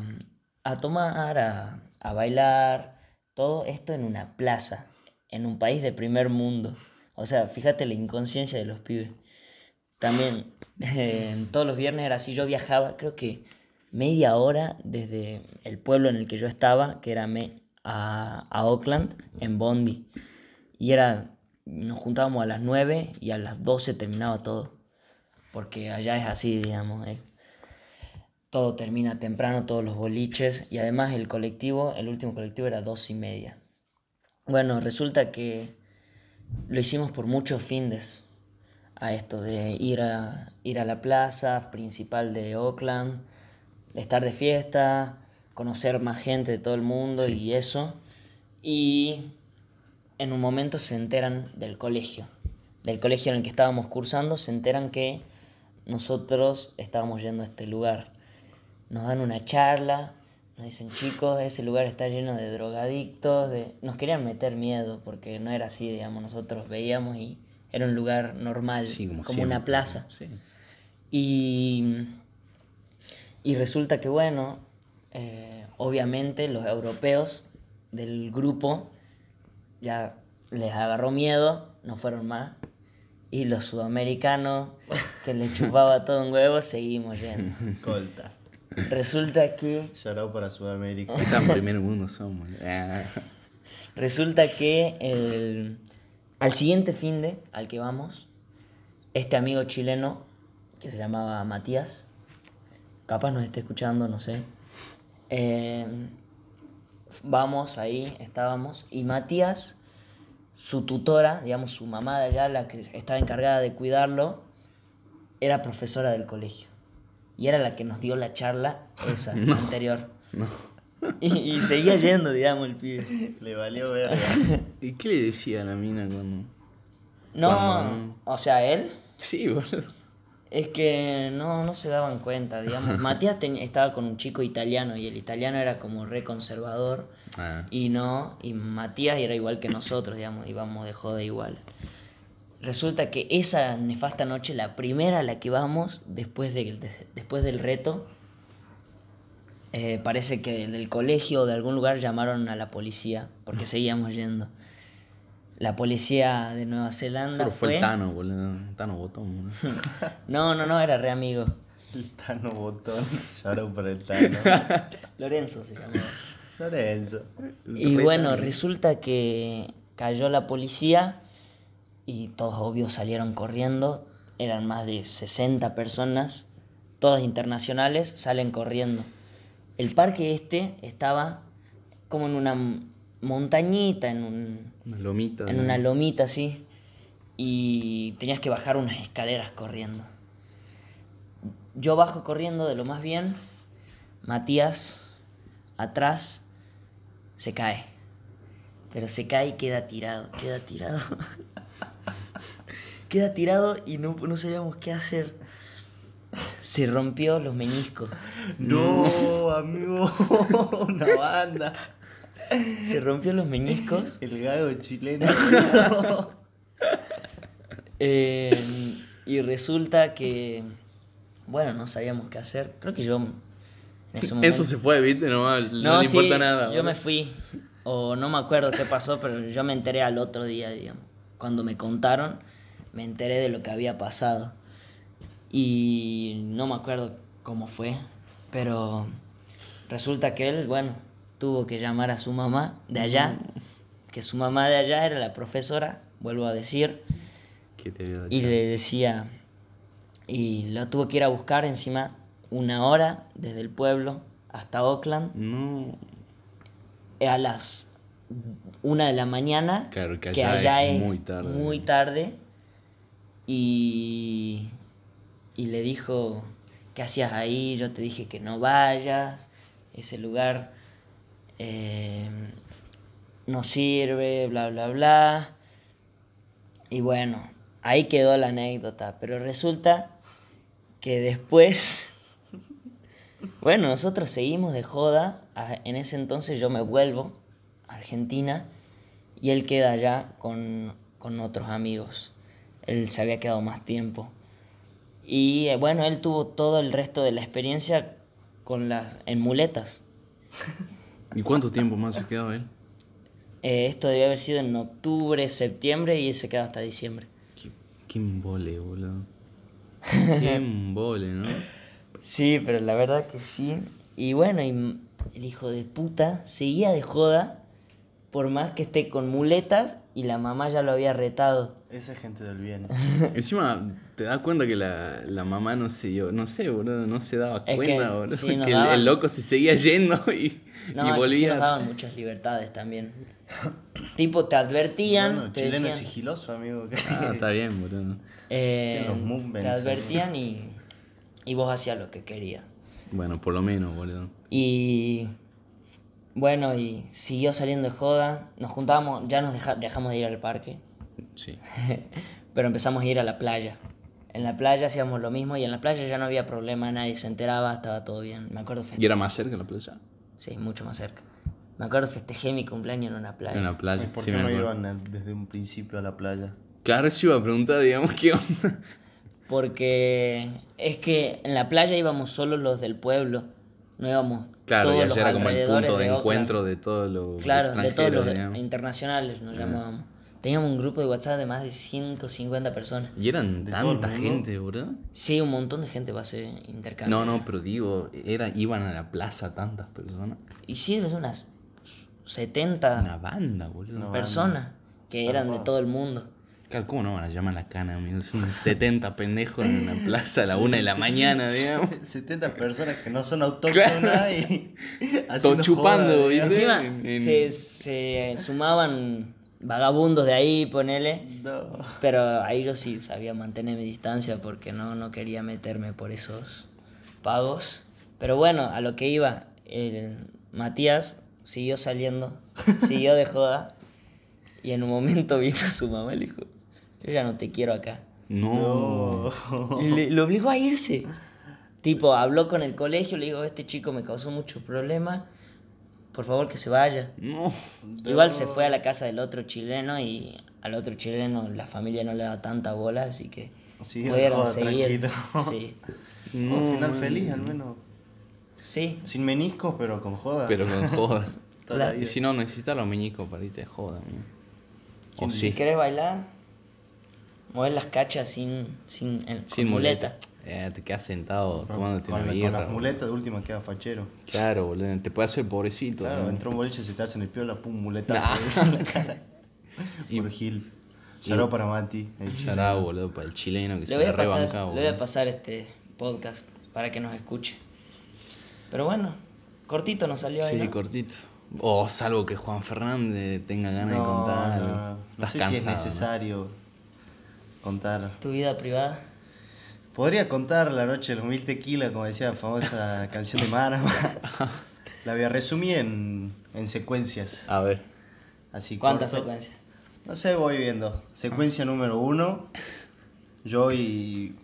[SPEAKER 6] a tomar, a, a bailar, todo esto en una plaza, en un país de primer mundo. O sea, fíjate la inconsciencia de los pibes. También, [laughs] eh, todos los viernes era así, yo viajaba, creo que media hora desde el pueblo en el que yo estaba, que era me, a, a Oakland, en Bondi. Y era, nos juntábamos a las 9 y a las 12 terminaba todo. Porque allá es así, digamos. eh. Todo termina temprano, todos los boliches. Y además el colectivo, el último colectivo era dos y media. Bueno, resulta que lo hicimos por muchos findes a esto de ir a, ir a la plaza principal de Oakland, estar de fiesta, conocer más gente de todo el mundo y eso. Y en un momento se enteran del colegio, del colegio en el que estábamos cursando, se enteran que nosotros estábamos yendo a este lugar. Nos dan una charla, nos dicen chicos, ese lugar está lleno de drogadictos, de... nos querían meter miedo porque no era así, digamos, nosotros veíamos y Era un lugar normal,
[SPEAKER 2] Sí,
[SPEAKER 6] como,
[SPEAKER 2] siempre.
[SPEAKER 6] una plaza.
[SPEAKER 2] Sí.
[SPEAKER 6] Y, y resulta que, bueno, eh, obviamente los europeos del grupo ya les agarró miedo, no fueron más. Y los sudamericanos, que les chupaba todo un huevo, seguimos yendo.
[SPEAKER 1] Colta.
[SPEAKER 6] Resulta que,
[SPEAKER 1] Shout out para Sudamérica.
[SPEAKER 2] ¿Qué tan primer mundo somos? Ah.
[SPEAKER 6] resulta que el- al siguiente fin de, al que vamos, este amigo chileno, que se llamaba Matías, capaz nos esté escuchando, no sé. eh, vamos ahí, estábamos, y Matías, su tutora, digamos su mamá de allá, la que estaba encargada de cuidarlo, era profesora del colegio. Y era la que nos dio la charla esa, anterior. Y, y seguía yendo, digamos, el pibe.
[SPEAKER 1] Le valió verga.
[SPEAKER 2] [laughs] ¿Y qué le decía a la mina cuando.?
[SPEAKER 6] No, o sea, él
[SPEAKER 2] Sí, boludo.
[SPEAKER 6] Es que no, no se daban cuenta,
[SPEAKER 2] [laughs]
[SPEAKER 6] digamos. Matías ten- estaba con un chico italiano y el italiano era como re conservador
[SPEAKER 2] Ah.
[SPEAKER 6] y no, y Matías era igual que nosotros, digamos, íbamos de joda igual. Resulta que esa nefasta noche, la primera a la que vamos, después del, de- después del reto, eh, parece que del colegio o de algún lugar llamaron a la policía,
[SPEAKER 2] Mm.
[SPEAKER 6] porque seguíamos yendo. La policía de Nueva Zelanda
[SPEAKER 2] Solo fue
[SPEAKER 6] fue-
[SPEAKER 2] el Tano, boludo. Tano Botón, boludo.
[SPEAKER 6] No, no, no, era re amigo.
[SPEAKER 1] El Tano Botón. [laughs] Shout out para el Tano.
[SPEAKER 6] Lorenzo se llamaba.
[SPEAKER 1] Lorenzo.
[SPEAKER 6] Y bueno, resulta que cayó la policía y todos obvio salieron corriendo. Eran más de 60 personas, todas internacionales, salen corriendo. El parque este estaba como en una m- montañita, en, un-
[SPEAKER 2] Una lomita.
[SPEAKER 6] en
[SPEAKER 2] ¿no?
[SPEAKER 6] una lomita así. Y tenías que bajar unas escaleras corriendo. Yo bajo corriendo de lo más bien. Matías, atrás, se cae. Pero se cae y queda tirado, queda tirado. [laughs] queda tirado y no, no sabíamos qué hacer. Se rompió los meniscos.
[SPEAKER 1] No, amigo. [laughs] Una banda.
[SPEAKER 6] Se rompió los meniscos.
[SPEAKER 1] El gago chileno.
[SPEAKER 6] Eh, y resulta que, bueno, no sabíamos qué hacer. Creo que yo en ese momento...
[SPEAKER 2] Eso se fue, viste, no, no, le
[SPEAKER 6] sí,
[SPEAKER 2] importa nada.
[SPEAKER 6] Yo
[SPEAKER 2] boludo.
[SPEAKER 6] me fui. O no me acuerdo qué pasó, pero yo me enteré al otro día, digamos. Cuando me contaron, me enteré de lo que había pasado. Y no me acuerdo cómo fue, pero resulta que él, bueno, tuvo que llamar a su mamá de allá, que su mamá de allá era la profesora, vuelvo a decir,
[SPEAKER 2] Que te había dado
[SPEAKER 6] y
[SPEAKER 2] chance.
[SPEAKER 6] le decía, y lo tuvo que ir a buscar encima una hora desde el pueblo hasta Oakland
[SPEAKER 2] No.
[SPEAKER 6] a las una de la mañana.
[SPEAKER 2] Claro, que allá es muy tarde.
[SPEAKER 6] muy tarde. Y, y le dijo, ¿qué hacías ahí? Yo te dije que no vayas. Ese lugar eh, no sirve, bla, bla, bla. Y bueno, ahí quedó la anécdota. Pero resulta que después... Bueno, nosotros seguimos de joda. a- En ese entonces yo me vuelvo a Argentina y él queda allá con, con otros amigos. Él se había quedado más tiempo. Y eh, bueno, él tuvo todo el resto de la experiencia con las, en muletas.
[SPEAKER 2] ¿Y cuánto tiempo más se quedó él?
[SPEAKER 6] Eh, esto debió haber sido en octubre, septiembre y él se quedó hasta diciembre.
[SPEAKER 2] Qué, qué embole, boludo.
[SPEAKER 6] [laughs]
[SPEAKER 2] Qué embole, ¿no?
[SPEAKER 6] Sí, pero la verdad que sí. Y bueno, y m- el hijo de puta seguía de joda, por más que esté con muletas y la mamá ya lo había retado.
[SPEAKER 1] Esa es gente del bien.
[SPEAKER 2] Encima, te das cuenta que la, la mamá no se dio, no sé, boludo, no se daba
[SPEAKER 6] Es que
[SPEAKER 2] cuenta,
[SPEAKER 6] sí,
[SPEAKER 2] boludo.
[SPEAKER 6] nos
[SPEAKER 2] [laughs] que el- el,
[SPEAKER 6] daban-
[SPEAKER 2] loco se seguía yendo y,
[SPEAKER 6] No, aquí sí
[SPEAKER 2] y
[SPEAKER 6] nos
[SPEAKER 2] volvía.
[SPEAKER 6] daban muchas libertades también. tipo, te advertían,
[SPEAKER 1] Bueno,
[SPEAKER 6] te
[SPEAKER 1] chileno
[SPEAKER 6] decían,
[SPEAKER 1] sigiloso, amigo. [laughs]
[SPEAKER 2] Ah, está bien, boludo.
[SPEAKER 6] eh,
[SPEAKER 1] tienen los
[SPEAKER 6] te
[SPEAKER 1] movements,
[SPEAKER 6] advertían y, y vos hacías lo que querías.
[SPEAKER 2] Bueno, por lo menos, boludo.
[SPEAKER 6] Y bueno, y siguió saliendo de joda. Nos juntábamos, ya nos deja- dejamos de ir al parque,
[SPEAKER 2] Sí.
[SPEAKER 6] pero empezamos a ir a la playa. En la playa hacíamos lo mismo y en la playa ya no había problema, nadie se enteraba, estaba todo bien. Me acuerdo
[SPEAKER 2] ¿Y
[SPEAKER 6] festejé.
[SPEAKER 2] era más cerca la playa?
[SPEAKER 6] Sí, mucho más cerca. Me acuerdo festejé mi cumpleaños en una playa.
[SPEAKER 2] En la playa,
[SPEAKER 1] ¿Por
[SPEAKER 2] sí
[SPEAKER 1] qué
[SPEAKER 2] me
[SPEAKER 1] no
[SPEAKER 2] acuerdo.
[SPEAKER 1] iban al- desde un principio a la playa?
[SPEAKER 2] Claro, yo iba a preguntar, digamos, [laughs] qué onda.
[SPEAKER 6] Porque es que en la playa íbamos solo los del pueblo. No íbamos
[SPEAKER 2] Claro,
[SPEAKER 6] todos
[SPEAKER 2] y
[SPEAKER 6] los
[SPEAKER 2] allá era como el
[SPEAKER 6] alrededores
[SPEAKER 2] punto de,
[SPEAKER 6] Oakland.
[SPEAKER 2] encuentro de todos los
[SPEAKER 6] Claro, de todos
[SPEAKER 2] extranjeros,
[SPEAKER 6] los
[SPEAKER 2] digamos.
[SPEAKER 6] internacionales nos llamábamos. Teníamos un grupo de WhatsApp de más de 150 personas.
[SPEAKER 2] Y eran
[SPEAKER 1] todo el
[SPEAKER 2] tanta
[SPEAKER 1] mundo.
[SPEAKER 2] gente, bro.
[SPEAKER 6] Sí, un montón de gente va a hacer intercambio.
[SPEAKER 2] No, no, pero digo, era, iban a la plaza tantas personas.
[SPEAKER 6] Y sí, eran unas 70
[SPEAKER 2] Una banda,
[SPEAKER 1] [laughs]
[SPEAKER 2] boludo.
[SPEAKER 6] personas que eran de todo el mundo.
[SPEAKER 2] Claro, ¿cómo no van a llamar la cana, amigo? Son [laughs] 70 pendejos en una plaza a la una de la mañana, digamos.
[SPEAKER 1] 70 personas que no son autóctonas y.
[SPEAKER 2] Todo chupando,
[SPEAKER 1] joda,
[SPEAKER 2] ¿viste?
[SPEAKER 1] digamos.
[SPEAKER 6] Encima
[SPEAKER 2] en- en-
[SPEAKER 6] se, se sumaban vagabundos de ahí, ponele.
[SPEAKER 1] No.
[SPEAKER 6] Pero ahí yo sí sabía mantener mi distancia porque no, no quería meterme por esos pagos. Pero bueno, a lo que iba, el Matías siguió saliendo, siguió de joda. Y en un momento vino su mamá y le dijo, yo ya no te quiero acá.
[SPEAKER 2] No.
[SPEAKER 6] Y le- lo obligó a irse. Tipo, habló con el colegio, le dijo, este chico me causó mucho problema, por favor que se vaya.
[SPEAKER 2] No.
[SPEAKER 6] Igual se fue a la casa del otro chileno y al otro chileno la familia no le da tanta bola, así que
[SPEAKER 1] Sí,
[SPEAKER 6] pudieron
[SPEAKER 1] joda,
[SPEAKER 6] seguir.
[SPEAKER 1] tranquilo.
[SPEAKER 6] Sí.
[SPEAKER 2] No,
[SPEAKER 1] Un final feliz, al menos.
[SPEAKER 2] [laughs]
[SPEAKER 6] Sí.
[SPEAKER 1] Sin meniscos, pero con joda.
[SPEAKER 2] Pero con joda.
[SPEAKER 1] Toda la
[SPEAKER 6] la-
[SPEAKER 1] vida.
[SPEAKER 2] y si no, necesitas los meñicos para irte de joda, amigo. O
[SPEAKER 6] Si
[SPEAKER 2] sí.
[SPEAKER 6] querés bailar, mover las cachas sin, sin, en-
[SPEAKER 2] Sin
[SPEAKER 6] con
[SPEAKER 2] muleta. Eh, te quedas sentado tomándote
[SPEAKER 1] con,
[SPEAKER 2] una
[SPEAKER 1] con
[SPEAKER 2] birra.
[SPEAKER 1] las muletas de última queda fachero.
[SPEAKER 2] boludo. Claro, boludo. Te puede hacer pobrecito.
[SPEAKER 1] Claro,
[SPEAKER 2] ¿no?
[SPEAKER 1] entró un boliche, se te hace en el piola, pum, muletazo [laughs] en la
[SPEAKER 2] [laughs]
[SPEAKER 1] cara. Por Gil. Saludos para Mati. el chico.
[SPEAKER 2] Chará, boludo, para el chileno que
[SPEAKER 6] Le
[SPEAKER 2] se
[SPEAKER 6] voy,
[SPEAKER 2] la
[SPEAKER 6] a pasar,
[SPEAKER 2] rebanca,
[SPEAKER 6] le voy a
[SPEAKER 2] boludo.
[SPEAKER 6] pasar este podcast para que nos escuche. Pero bueno, cortito nos salió ahí.
[SPEAKER 2] Sí,
[SPEAKER 6] ¿no?
[SPEAKER 2] cortito. O salvo que Juan Fernández tenga ganas de
[SPEAKER 1] No,
[SPEAKER 2] contar. algo.
[SPEAKER 1] no, no. No
[SPEAKER 2] Estás
[SPEAKER 1] sé si es
[SPEAKER 2] cansado, ¿no?
[SPEAKER 1] necesario contar.
[SPEAKER 6] Tu vida privada.
[SPEAKER 1] Podría contar la noche de los mil tequila, como decía la
[SPEAKER 2] [laughs]
[SPEAKER 1] famosa canción de Marama. [laughs] La voy a resumir en, en secuencias.
[SPEAKER 2] A ver.
[SPEAKER 1] Así
[SPEAKER 6] ¿Cuántas
[SPEAKER 1] corto.
[SPEAKER 6] secuencias?
[SPEAKER 1] No sé, voy viendo. Secuencia número uno. Yo y.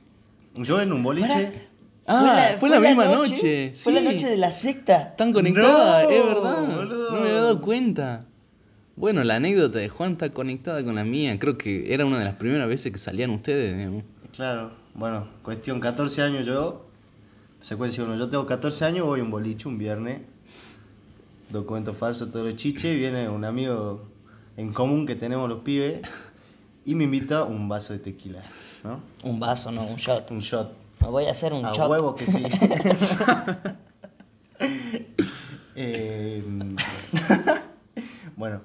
[SPEAKER 1] Yo en un boliche.
[SPEAKER 2] Ah, fue la, misma noche.
[SPEAKER 6] Fue la
[SPEAKER 2] sí.
[SPEAKER 6] noche de la secta.
[SPEAKER 2] Están conectadas,
[SPEAKER 1] No,
[SPEAKER 2] es verdad.
[SPEAKER 1] boludo.
[SPEAKER 2] No me había dado cuenta. Bueno, la anécdota de Juan está conectada con la mía. Creo que era una de las primeras veces que salían ustedes. digamos.
[SPEAKER 1] Claro, bueno, cuestión 14 años yo. Secuencia 1. Yo tengo 14 años, voy a un boliche un viernes. Documento falso, todo el chiche. Viene un amigo en común que tenemos los pibes y me invita un vaso de tequila, ¿no?
[SPEAKER 6] Un vaso, no, un shot.
[SPEAKER 1] Un shot.
[SPEAKER 6] Me voy a hacer un
[SPEAKER 1] a
[SPEAKER 6] shot.
[SPEAKER 1] huevo que
[SPEAKER 6] [laughs]
[SPEAKER 1] sí. Em, bueno,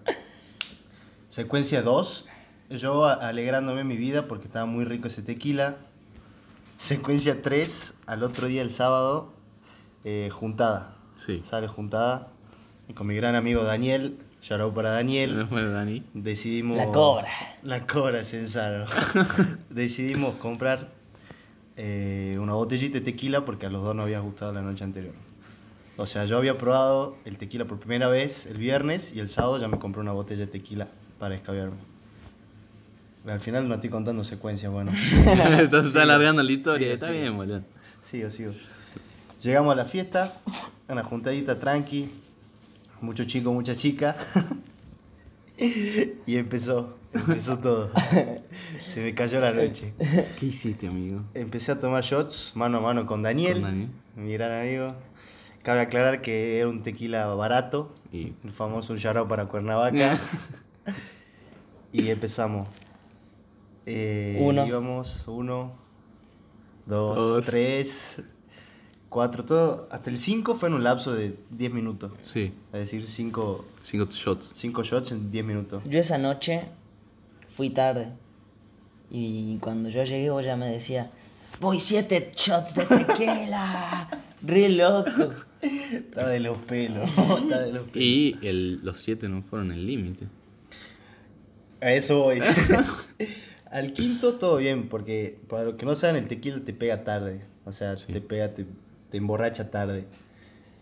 [SPEAKER 1] secuencia 2. Yo a- alegrándome mi vida porque estaba muy rico ese tequila. Secuencia 3. Al otro día, el sábado, eh, juntada.
[SPEAKER 2] Sí.
[SPEAKER 1] Sale juntada. y Con mi gran amigo Daniel. Yarao para [laughs] Daniel.
[SPEAKER 2] No fue [laughs] Dani.
[SPEAKER 1] Decidimos.
[SPEAKER 6] La cobra.
[SPEAKER 1] La cobra, Censaro. [laughs] Decidimos comprar eh, una botellita de tequila porque a los dos no había gustado la noche anterior. O sea, yo había probado el tequila por primera vez el viernes y el sábado ya me compré una botella de tequila para escabearme. Al final no estoy contando secuencias,
[SPEAKER 6] [laughs]
[SPEAKER 1] bueno.
[SPEAKER 2] Estás está alargando la historia.
[SPEAKER 1] sí,
[SPEAKER 2] está
[SPEAKER 1] sí.
[SPEAKER 2] bien, boludo.
[SPEAKER 1] Sigo, sigo. Llegamos a la fiesta, una juntadita tranqui, mucho chico, mucha chica. [laughs] Y empezó, empezó
[SPEAKER 2] [laughs]
[SPEAKER 1] todo. Se me cayó la noche.
[SPEAKER 2] ¿Qué hiciste, amigo?
[SPEAKER 1] Empecé a tomar shots mano a mano con Daniel,
[SPEAKER 2] Con Daniel.
[SPEAKER 1] mi gran amigo. Cabe aclarar que era un tequila barato,
[SPEAKER 2] Y
[SPEAKER 1] el famoso un yarao para Cuernavaca. y empezamos. Eh,
[SPEAKER 6] Uno.
[SPEAKER 1] Íbamos uno, dos,
[SPEAKER 2] Dos.
[SPEAKER 1] tres, cuatro, todo. Hasta el cinco fue en un lapso de 10 minutos.
[SPEAKER 2] [laughs] sí,
[SPEAKER 1] Es decir, cinco,
[SPEAKER 2] cinco shots.
[SPEAKER 1] cinco shots en 10 minutos.
[SPEAKER 6] Yo esa noche fui tarde. Y cuando yo llegué, vos ya me decía: Voy siete shots de tequila. Re loco.
[SPEAKER 1] Está de los pelos, [laughs] está de los pelos.
[SPEAKER 2] Y el- los siete no fueron el límite.
[SPEAKER 1] A eso voy. Al quinto todo bien, porque para los que no saben, el tequila te pega tarde. O sea, te pega, te, te emborracha tarde.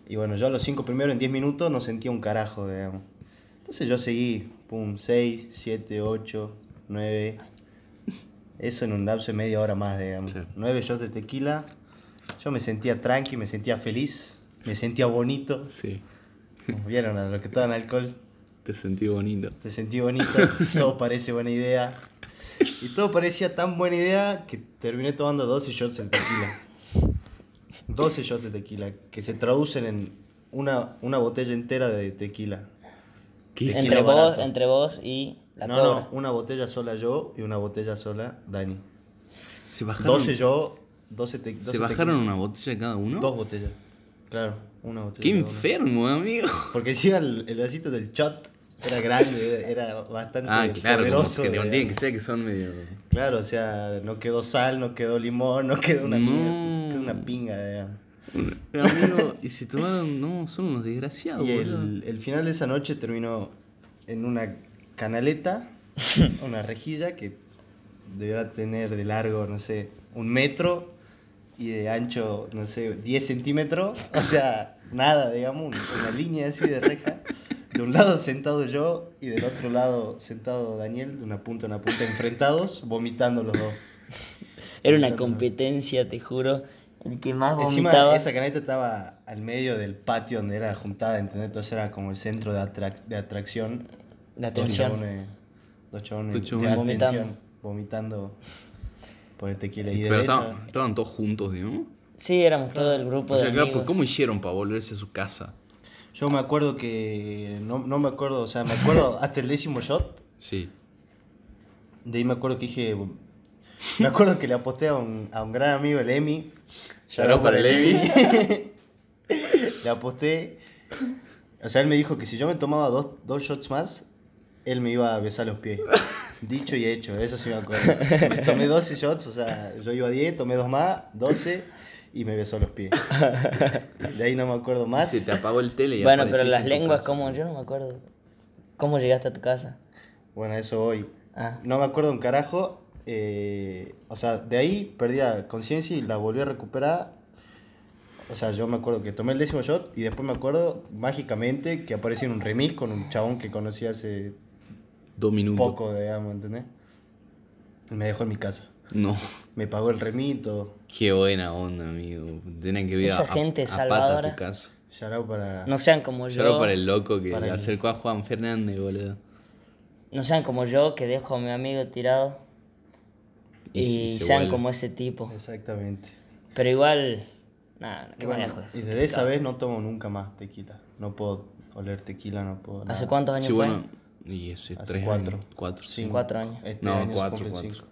[SPEAKER 1] Y bueno, yo a los cinco primeros en 10 minutos no sentía un carajo, digamos. Entonces yo seguí, pum, 6, 7, 8, 9. Eso en un lapso de media hora más, digamos.
[SPEAKER 2] Sí.
[SPEAKER 1] 9 shots de tequila. Yo me sentía tranqui, me sentía feliz, me sentía
[SPEAKER 2] [laughs]
[SPEAKER 1] bonito.
[SPEAKER 2] Sí,
[SPEAKER 1] Como Vieron a los que toman alcohol.
[SPEAKER 2] te sentí bonito. [laughs]
[SPEAKER 1] Te sentí bonito, todo parece buena idea. Y todo parecía tan buena idea que terminé tomando 12 shots de tequila. 12 shots de tequila, que se traducen en una, una botella entera de tequila.
[SPEAKER 2] ¿Qué
[SPEAKER 1] Tequila
[SPEAKER 6] entre, vos,
[SPEAKER 1] barato.
[SPEAKER 6] entre vos y la
[SPEAKER 1] no,
[SPEAKER 6] cobra.
[SPEAKER 1] no, una botella sola yo y una botella sola Dani.
[SPEAKER 2] ¿Se bajaron,
[SPEAKER 1] 12 yo, 12 te- 12
[SPEAKER 2] ¿se bajaron una botella cada uno?
[SPEAKER 1] tequila. Dos botellas. Claro, una botella.
[SPEAKER 2] Qué
[SPEAKER 1] cada uno.
[SPEAKER 2] enfermo, amigo.
[SPEAKER 1] Porque encima el, el vasito del shot era grande, era bastante
[SPEAKER 2] Ah, claro, como
[SPEAKER 1] poderoso, eh.
[SPEAKER 2] que te
[SPEAKER 1] digamos.
[SPEAKER 2] tiene que ser que son medio.
[SPEAKER 1] Claro, o sea, no quedó sal, no quedó limón, [laughs] no quedó una,
[SPEAKER 2] No.
[SPEAKER 1] mierda, quedó una pinga. eh. digamos.
[SPEAKER 2] Amigo, y si tomaron, no, son unos desgraciados,
[SPEAKER 1] Y
[SPEAKER 2] boludo.
[SPEAKER 1] el, el final de esa noche terminó en una canaleta, una rejilla que deberá tener de largo, no sé, un metro y de ancho, no sé, 10 centímetros. O sea, nada, digamos, un- una línea así de reja. De un lado sentado yo y del otro lado sentado Daniel, de una punta a una punta, enfrentados, vomitando los dos.
[SPEAKER 6] Era una competencia, te juro. El que más
[SPEAKER 1] Encima
[SPEAKER 6] vomitaba.
[SPEAKER 1] esa caneta estaba al medio del patio donde era la juntada, ¿entendés? Entonces era como el centro de, atrac- de atracción.
[SPEAKER 6] La
[SPEAKER 1] Dos
[SPEAKER 6] tensión.
[SPEAKER 1] chabones- Dos chabones,
[SPEAKER 2] Dos
[SPEAKER 1] de
[SPEAKER 2] chabones.
[SPEAKER 1] vomitando.
[SPEAKER 6] Vomitando.
[SPEAKER 1] vomitando por el tequila. Y de
[SPEAKER 2] Pero
[SPEAKER 1] esa-
[SPEAKER 2] estaban, estaban todos juntos, digamos.
[SPEAKER 6] Sí, éramos todo el grupo
[SPEAKER 2] O sea,
[SPEAKER 6] de
[SPEAKER 2] claro,
[SPEAKER 6] amigos.
[SPEAKER 2] pues, ¿cómo hicieron para volverse a su casa?
[SPEAKER 1] yo me acuerdo que. No, no me acuerdo, o sea, me acuerdo [laughs] hasta el décimo shot.
[SPEAKER 2] Sí.
[SPEAKER 1] De ahí me acuerdo que dije. Me acuerdo que le aposté a un, a un gran amigo, el Emi.
[SPEAKER 2] Shout out para el
[SPEAKER 1] Emi. [laughs] le aposté. O sea, él me dijo que si yo me tomaba dos, dos shots más, él me iba a besar los pies. Dicho y hecho, de eso sí me acuerdo. Me tomé 12 shots, o sea, yo iba a 10, tomé dos más, 12, y me besó los pies. De ahí no me acuerdo más.
[SPEAKER 2] Se te apagó el tele y
[SPEAKER 6] Bueno,
[SPEAKER 2] apareciste
[SPEAKER 6] pero las
[SPEAKER 2] en tu
[SPEAKER 6] lenguas,
[SPEAKER 2] casa.
[SPEAKER 6] ¿cómo? Yo no me acuerdo. ¿Cómo llegaste a tu casa?
[SPEAKER 1] Bueno, a eso hoy.
[SPEAKER 6] Ah.
[SPEAKER 1] No me acuerdo un carajo. eh, o sea, de ahí perdí la conciencia y la volví a recuperar. O sea, yo me acuerdo que tomé el décimo shot y después me acuerdo mágicamente que aparecí en un remix con un chabón que conocí hace
[SPEAKER 2] Dos minutos.
[SPEAKER 1] poco, digamos, ¿entendés? Y me dejó en mi casa.
[SPEAKER 2] No. [laughs]
[SPEAKER 1] Me pagó el remito.
[SPEAKER 2] Qué buena onda, amigo. Tienen que ir
[SPEAKER 6] Esa
[SPEAKER 2] a,
[SPEAKER 6] gente
[SPEAKER 2] a, a pata a
[SPEAKER 6] salvadora.
[SPEAKER 2] tu casa.
[SPEAKER 1] Shout out para.
[SPEAKER 6] No sean como yo.
[SPEAKER 2] Claro, para el loco que
[SPEAKER 1] Para
[SPEAKER 2] le
[SPEAKER 1] el-
[SPEAKER 2] acercó a Juan Fernández, boludo.
[SPEAKER 6] No sean como yo, que dejo a mi amigo tirado.
[SPEAKER 2] Y
[SPEAKER 6] Y,
[SPEAKER 2] se- se
[SPEAKER 6] sean
[SPEAKER 2] vuelve.
[SPEAKER 6] como ese tipo.
[SPEAKER 1] Exactamente.
[SPEAKER 6] Pero igual. Nada, qué
[SPEAKER 1] Bueno,
[SPEAKER 6] manejo.
[SPEAKER 1] y desde esa vez no tomo nunca más tequila. No puedo oler tequila, no puedo.
[SPEAKER 6] ¿Hace
[SPEAKER 1] nada.
[SPEAKER 6] cuántos años
[SPEAKER 2] Sí,
[SPEAKER 6] fue?
[SPEAKER 2] bueno. Y ese
[SPEAKER 1] Hace
[SPEAKER 2] tres
[SPEAKER 1] cuatro.
[SPEAKER 2] años, cuatro.
[SPEAKER 1] Cinco.
[SPEAKER 6] Cuatro años.
[SPEAKER 1] Este
[SPEAKER 2] No,
[SPEAKER 1] año se
[SPEAKER 2] cuatro,
[SPEAKER 1] cumplen
[SPEAKER 2] cuatro.
[SPEAKER 1] cinco.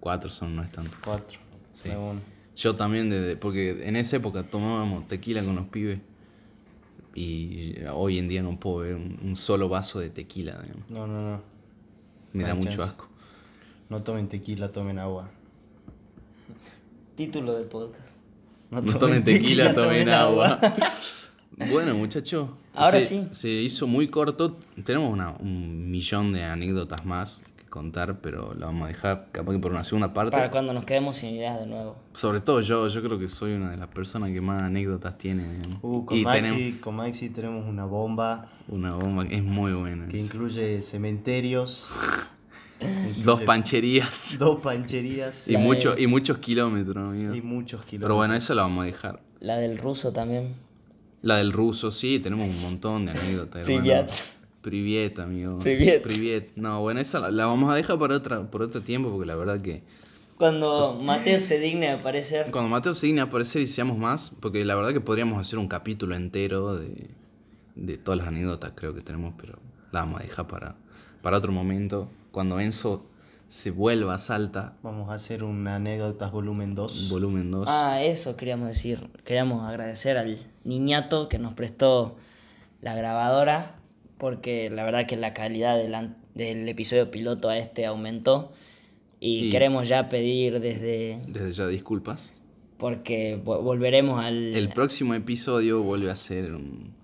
[SPEAKER 2] Cuatro son, no es tanto.
[SPEAKER 1] Cuatro.
[SPEAKER 2] Sí.
[SPEAKER 1] Me uno.
[SPEAKER 2] Yo también, desde, porque en esa época tomábamos tequila con los pibes. Y hoy en día no puedo ver un, un solo vaso de tequila. digamos.
[SPEAKER 1] No, no, no.
[SPEAKER 2] Me
[SPEAKER 1] No
[SPEAKER 2] da
[SPEAKER 1] hay
[SPEAKER 2] mucho
[SPEAKER 1] chance.
[SPEAKER 2] asco.
[SPEAKER 1] No tomen tequila, tomen agua.
[SPEAKER 6] Título del podcast.
[SPEAKER 2] No tomen tequila, tomen agua. [laughs] bueno, muchachos.
[SPEAKER 6] Ahora
[SPEAKER 2] se-
[SPEAKER 6] sí.
[SPEAKER 2] Se hizo muy corto. Tenemos una- un millón de anécdotas más que contar, pero la vamos a dejar capaz que por una segunda parte.
[SPEAKER 6] Para cuando nos quedemos sin ideas de nuevo.
[SPEAKER 2] Sobre todo yo, yo creo que soy una de las personas que más anécdotas tiene. digamos.
[SPEAKER 1] Uh, con,
[SPEAKER 2] y
[SPEAKER 1] Maxi,
[SPEAKER 2] tenemos
[SPEAKER 1] con Maxi tenemos una bomba
[SPEAKER 2] una bomba que es muy buena.
[SPEAKER 1] que
[SPEAKER 2] esa.
[SPEAKER 1] incluye
[SPEAKER 2] [laughs]
[SPEAKER 1] cementerios, incluye
[SPEAKER 2] Dos pancherías.
[SPEAKER 1] dos pancherías
[SPEAKER 2] Y,
[SPEAKER 1] y,
[SPEAKER 6] La de-
[SPEAKER 2] mucho, y muchos kilómetros, amigo.
[SPEAKER 1] muchos kilómetros.
[SPEAKER 2] Pero bueno, eso la vamos a dejar.
[SPEAKER 6] La del ruso también.
[SPEAKER 2] La del ruso, sí, tenemos un montón de anécdotas. hermano.
[SPEAKER 6] Privet.
[SPEAKER 2] Privet, amigo.
[SPEAKER 6] Privet.
[SPEAKER 2] Privet. No, bueno, esa la, la vamos a dejar para, otra, por otro tiempo, porque la verdad que. Pues,
[SPEAKER 6] Cuando Mateo se digne de aparecer.
[SPEAKER 2] Cuando Mateo se digne a aparecer y seamos más, porque la verdad que podríamos hacer un capítulo entero de, de todas las anécdotas, creo que tenemos, pero la vamos a dejar para, para otro momento. Cuando Enzo se vuelva a Salta,
[SPEAKER 1] Vamos a hacer una anécdotas volumen 2.
[SPEAKER 2] volumen 2.
[SPEAKER 6] Ah, eso queríamos decir. Queríamos agradecer al niñato que nos prestó la grabadora, porque la verdad que la calidad del, an- del episodio piloto a este aumentó. Y,
[SPEAKER 2] Y-
[SPEAKER 6] queremos ya pedir desde.
[SPEAKER 2] Desde ya, disculpas.
[SPEAKER 6] porque vo- volveremos al,
[SPEAKER 2] El próximo episodio vuelve a ser un.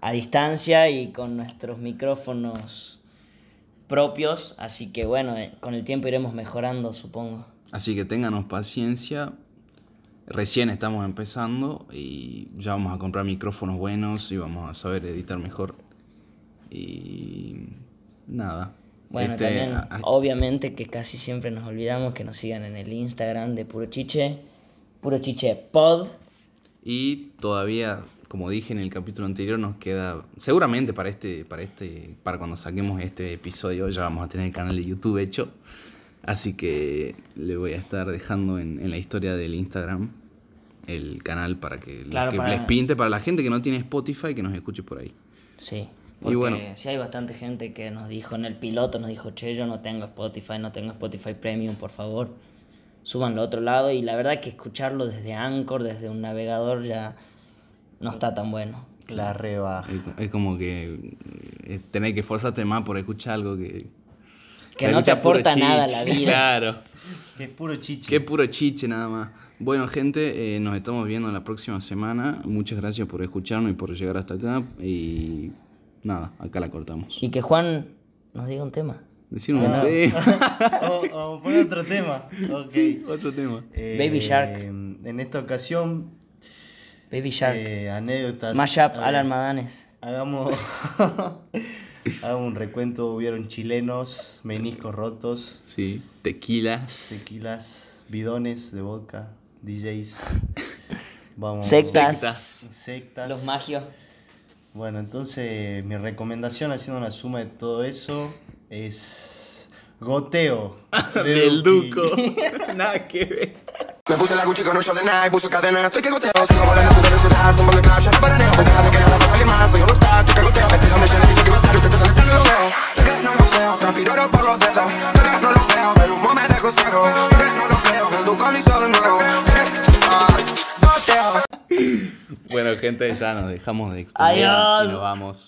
[SPEAKER 6] a distancia y con nuestros micrófonos propios. Así que bueno, eh, con el tiempo iremos mejorando, supongo.
[SPEAKER 2] Así que ténganos paciencia. Recién estamos empezando y ya vamos a comprar micrófonos buenos y vamos a saber editar mejor. Y. Nada.
[SPEAKER 6] Bueno,
[SPEAKER 2] Este,
[SPEAKER 6] también,
[SPEAKER 2] a- a-
[SPEAKER 6] obviamente que casi siempre nos olvidamos que nos sigan en el Instagram de Puro Chiche, Puro Chiche Pod.
[SPEAKER 2] Y todavía, como dije en el capítulo anterior, nos queda. Seguramente para este. Para este. Para cuando saquemos este episodio ya vamos a tener el canal de YouTube hecho. Así que le voy a estar dejando en, en la historia del Instagram el canal para que, los
[SPEAKER 6] Claro,
[SPEAKER 2] que
[SPEAKER 6] para-
[SPEAKER 2] les pinte para la gente que no tiene Spotify que nos escuche por ahí.
[SPEAKER 6] Sí.
[SPEAKER 2] Y
[SPEAKER 6] Porque
[SPEAKER 2] bueno.
[SPEAKER 6] sí hay bastante gente que nos dijo en el piloto, nos dijo, che, yo no tengo Spotify, no tengo Spotify Premium, por favor, súbanlo a otro lado. Y la verdad que escucharlo desde Anchor, desde un navegador, ya no está tan bueno.
[SPEAKER 1] La rebaja.
[SPEAKER 2] Es, es como que eh, tenés que esforzarte más por escuchar algo que...
[SPEAKER 6] Que no te
[SPEAKER 2] escuchar puro
[SPEAKER 6] aporta nada a la
[SPEAKER 2] chiche.
[SPEAKER 6] vida.
[SPEAKER 2] [laughs] Claro.
[SPEAKER 1] Que es puro chichi.
[SPEAKER 2] Qué puro chiche nada más. Bueno, gente, eh, nos estamos viendo la próxima semana. Muchas gracias por escucharnos y por llegar hasta acá. Y nada, acá la cortamos.
[SPEAKER 6] Y que Juan nos diga un tema.
[SPEAKER 2] Decir un tema.
[SPEAKER 1] [laughs] O, o pon otro tema. Ok.
[SPEAKER 2] Otro tema.
[SPEAKER 1] Eh,
[SPEAKER 6] Baby Shark.
[SPEAKER 1] En esta ocasión,
[SPEAKER 6] Baby Shark,
[SPEAKER 1] eh, anécdotas.
[SPEAKER 6] Mashup,
[SPEAKER 1] A ver,
[SPEAKER 6] Alan Madanes.
[SPEAKER 1] Hagamos. [laughs] hagamos un recuento. Hubieron chilenos, meniscos rotos,
[SPEAKER 2] Sí. Tequilas.
[SPEAKER 1] tequilas, bidones de vodka, DJs. Vamos.
[SPEAKER 6] Sectas.
[SPEAKER 1] Sectas.
[SPEAKER 6] Los magios.
[SPEAKER 1] Bueno, entonces mi recomendación haciendo una suma de todo eso es goteo de
[SPEAKER 2] [laughs] Del
[SPEAKER 1] Duki.
[SPEAKER 2] Duco. [laughs] nada que ver.
[SPEAKER 3] Me puse la Gucci con ocho de Nike, puso cadena, estoy que goteo Sigo volando, subo la ciudad, tumbo el clash, ya no paraneo Deja de que nada pase más, soy un rockstar, estoy que este goteo Déjame ya le dije que iba a estar, ustedes saben que no lo veo Yo que no lo veo, transpiro oro por los dedos Yo que no lo veo, del humo me dejo ciego Yo que no lo veo, el Ducón lo hizo de nuevo Yo que- ay, Goteo
[SPEAKER 2] Bueno, gente, ya nos dejamos de extender
[SPEAKER 6] Adiós.
[SPEAKER 2] y nos vamos.